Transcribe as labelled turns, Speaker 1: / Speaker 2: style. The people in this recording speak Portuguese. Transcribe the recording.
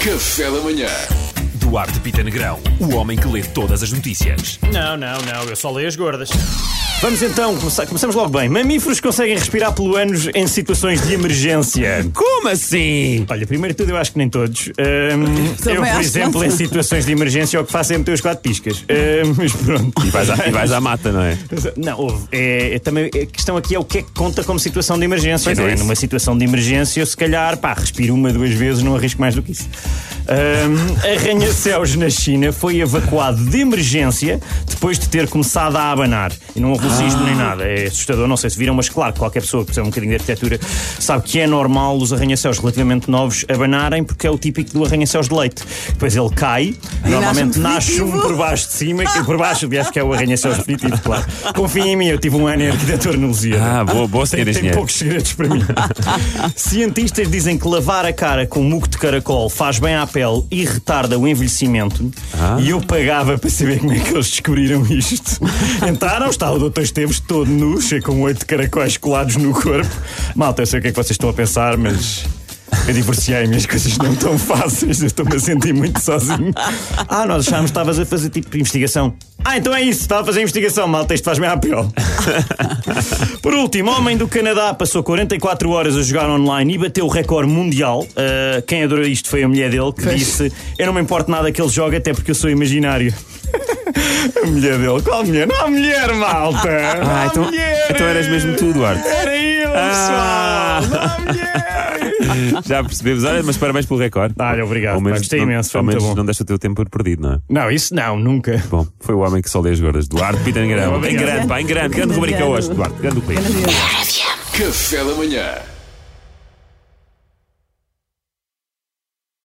Speaker 1: Café da Manhã.
Speaker 2: Duarte Pita Negrão, o homem que lê todas as notícias.
Speaker 3: Não, não, não, eu só leio as gordas.
Speaker 4: Vamos então, começar- começamos logo bem. Mamíferos conseguem respirar pelo ânus em situações de emergência.
Speaker 5: Como assim?
Speaker 4: Olha, primeiro de tudo, eu acho que nem todos. Ahm, eu, por
Speaker 6: acho que
Speaker 4: exemplo, em situações de emergência, o que faço é meter os quatro piscas. Ahm, mas pronto.
Speaker 5: E vais, à, e vais à mata, não é?
Speaker 4: Não, houve. É, é também, a questão aqui é o que é que conta como situação de emergência.
Speaker 5: Pois
Speaker 4: não
Speaker 5: é
Speaker 4: é?
Speaker 5: isso.
Speaker 4: Numa situação de emergência, eu se calhar, pá, respiro uma, duas vezes, não arrisco mais do que isso. Ahm, Arranha-céus na China foi evacuado de emergência depois de ter começado a abanar. E não houve um sismo
Speaker 5: Ah.
Speaker 4: nem nada. É assustador, não sei se viram, mas claro, qualquer pessoa que percebe um bocadinho de arquitetura sabe que é normal os arranha-céus relativamente novos abanarem porque é o típico do arranha-céus de leite. Depois ele cai, normalmente
Speaker 6: um
Speaker 4: nasce um
Speaker 6: definitivo.
Speaker 4: por baixo de cima, que por baixo, aliás, que é o arranha-céus definitivo, claro. Confia em mim, eu tive um ano em arquitetura no Lusíada.
Speaker 5: Ah, boa, boa senhora
Speaker 4: Tem, tem
Speaker 5: engenheiro.
Speaker 4: poucos segredos para mim. Cientistas dizem que lavar a cara com um muco de caracol faz bem à pele e retarda o envelhecimento. E eu pagava para saber como é que eles descobriram isto. Entraram, está o Dr. Esteves todo nu, cheio com oito caracóis colados no corpo. Malta, eu sei o que é que vocês estão a pensar, mas. Eu divorciei-me, as coisas não tão fáceis, eu estou-me a sentir muito sozinho. Ah, nós achámos que estavas a fazer tipo de investigação. Ah, então é isso, estava a fazer investigação, malta, isto faz-me à pele. Por último, homem do Canadá passou 44 horas a jogar online e bateu o recorde mundial. Uh, quem adorou isto foi a mulher dele que disse: Eu não me importo nada que ele jogue, até porque eu sou imaginário. a mulher dele, qual mulher? Não há mulher, malta! Não há
Speaker 5: Ah, então,
Speaker 4: mulher!
Speaker 5: então eras mesmo tu, Duarte.
Speaker 4: Era eu,
Speaker 5: Ah.
Speaker 4: pessoal! Não há mulher!
Speaker 5: Já percebemos. Olha, mas parabéns pelo recorde.
Speaker 4: Olha, obrigado,
Speaker 5: Ao
Speaker 4: pá,
Speaker 5: menos
Speaker 4: gostei
Speaker 5: não-
Speaker 4: imenso, foi
Speaker 5: Ao
Speaker 4: muito
Speaker 5: menos
Speaker 4: bom.
Speaker 5: não deixa o teu tempo perdido, não é?
Speaker 4: Não, isso não, nunca.
Speaker 5: Bom, foi o homem que só lê as gordas. Duarte Pita Negrão. Em
Speaker 4: Obrigado.
Speaker 5: grande, pá, em grande. Grande rubrica hoje, Duarte. Grande rubrica.
Speaker 1: Café da Manhã.